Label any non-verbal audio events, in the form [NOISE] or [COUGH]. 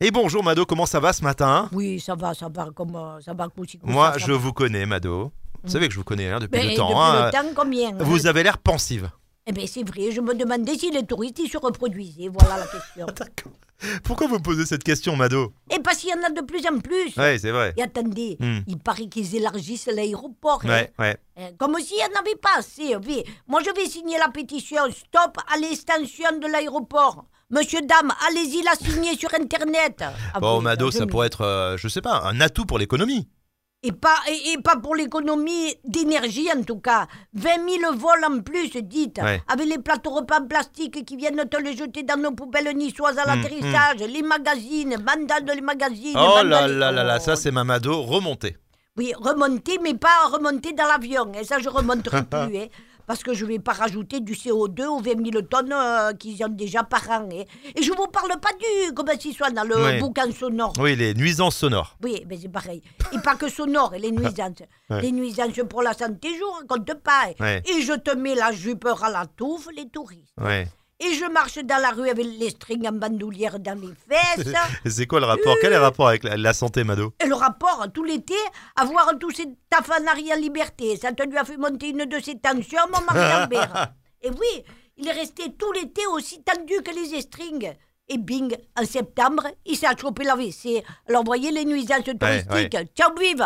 Et bonjour Mado, comment ça va ce matin Oui, ça va, ça va, comme, euh, ça va, couchi, couchi, Moi, ça je va. vous connais Mado. Vous savez que je vous connais hein, depuis Mais le depuis temps. hein. le temps, combien hein Vous avez l'air pensive. Eh bien, c'est vrai, je me demandais si les touristes ils se reproduisaient, voilà [LAUGHS] la question. D'accord. Pourquoi vous me posez cette question Mado Et parce qu'il y en a de plus en plus. Ouais, c'est vrai. Et attendez, Hmm. il paraît qu'ils élargissent l'aéroport. hein. Ouais, ouais. Hein, Comme s'il n'y en avait pas assez. oui. Moi, je vais signer la pétition. Stop à l'extension de l'aéroport. Monsieur, dame, allez-y la signer sur Internet. Ah Bon, oui, Mado, je ça me- pourrait être, euh, je sais pas, un atout pour l'économie. Et pas, et, et pas pour l'économie d'énergie en tout cas. 20 000 vols en plus, dites. Ouais. Avec les plateaux repas en plastique qui viennent te les jeter dans nos poubelles niçoises à Mm, l'atterrissage. Les magazines, bandades de les magazines. Oh bandades- là là là là, Oh. ça c'est ma Mado remontée. Oui, remonter, mais pas remonter dans l'avion. Et ça, [LAUGHS] je remonterai plus. hein, Parce que je vais pas rajouter du CO2 aux 20 000 tonnes euh, qu'ils ont déjà par an. hein. Et je vous parle pas du, comme s'il soit dans le Ouais. bouquin sonore. Oui, les nuisances sonores. Oui, mais c'est pareil. Et pas que sonore, les nuisances. Ah. Ouais. Les nuisances pour la santé, je vous raconte pas. Ouais. Ah. Et je te mets la jupe à la touffe, les touristes. Ouais. Et je marche dans la rue avec les strings en bandoulière dans les [LAUGHS] fesses. C'est [LAUGHS] quoi le rapport Quel est le rapport avec la, la santé Mado Et le rapport, tout l'été, à voir tous ces tafanari en liberté. Ça te lui a fait monter une de ces tensions, mon [LAUGHS] mari Lambert. Et oui, il est resté tout l'été aussi tendu que les estrings. Et bing, en septembre, il s'est chopé l'AVC. Alors voyez les nuisances touristiques. ouais. Ciao, vive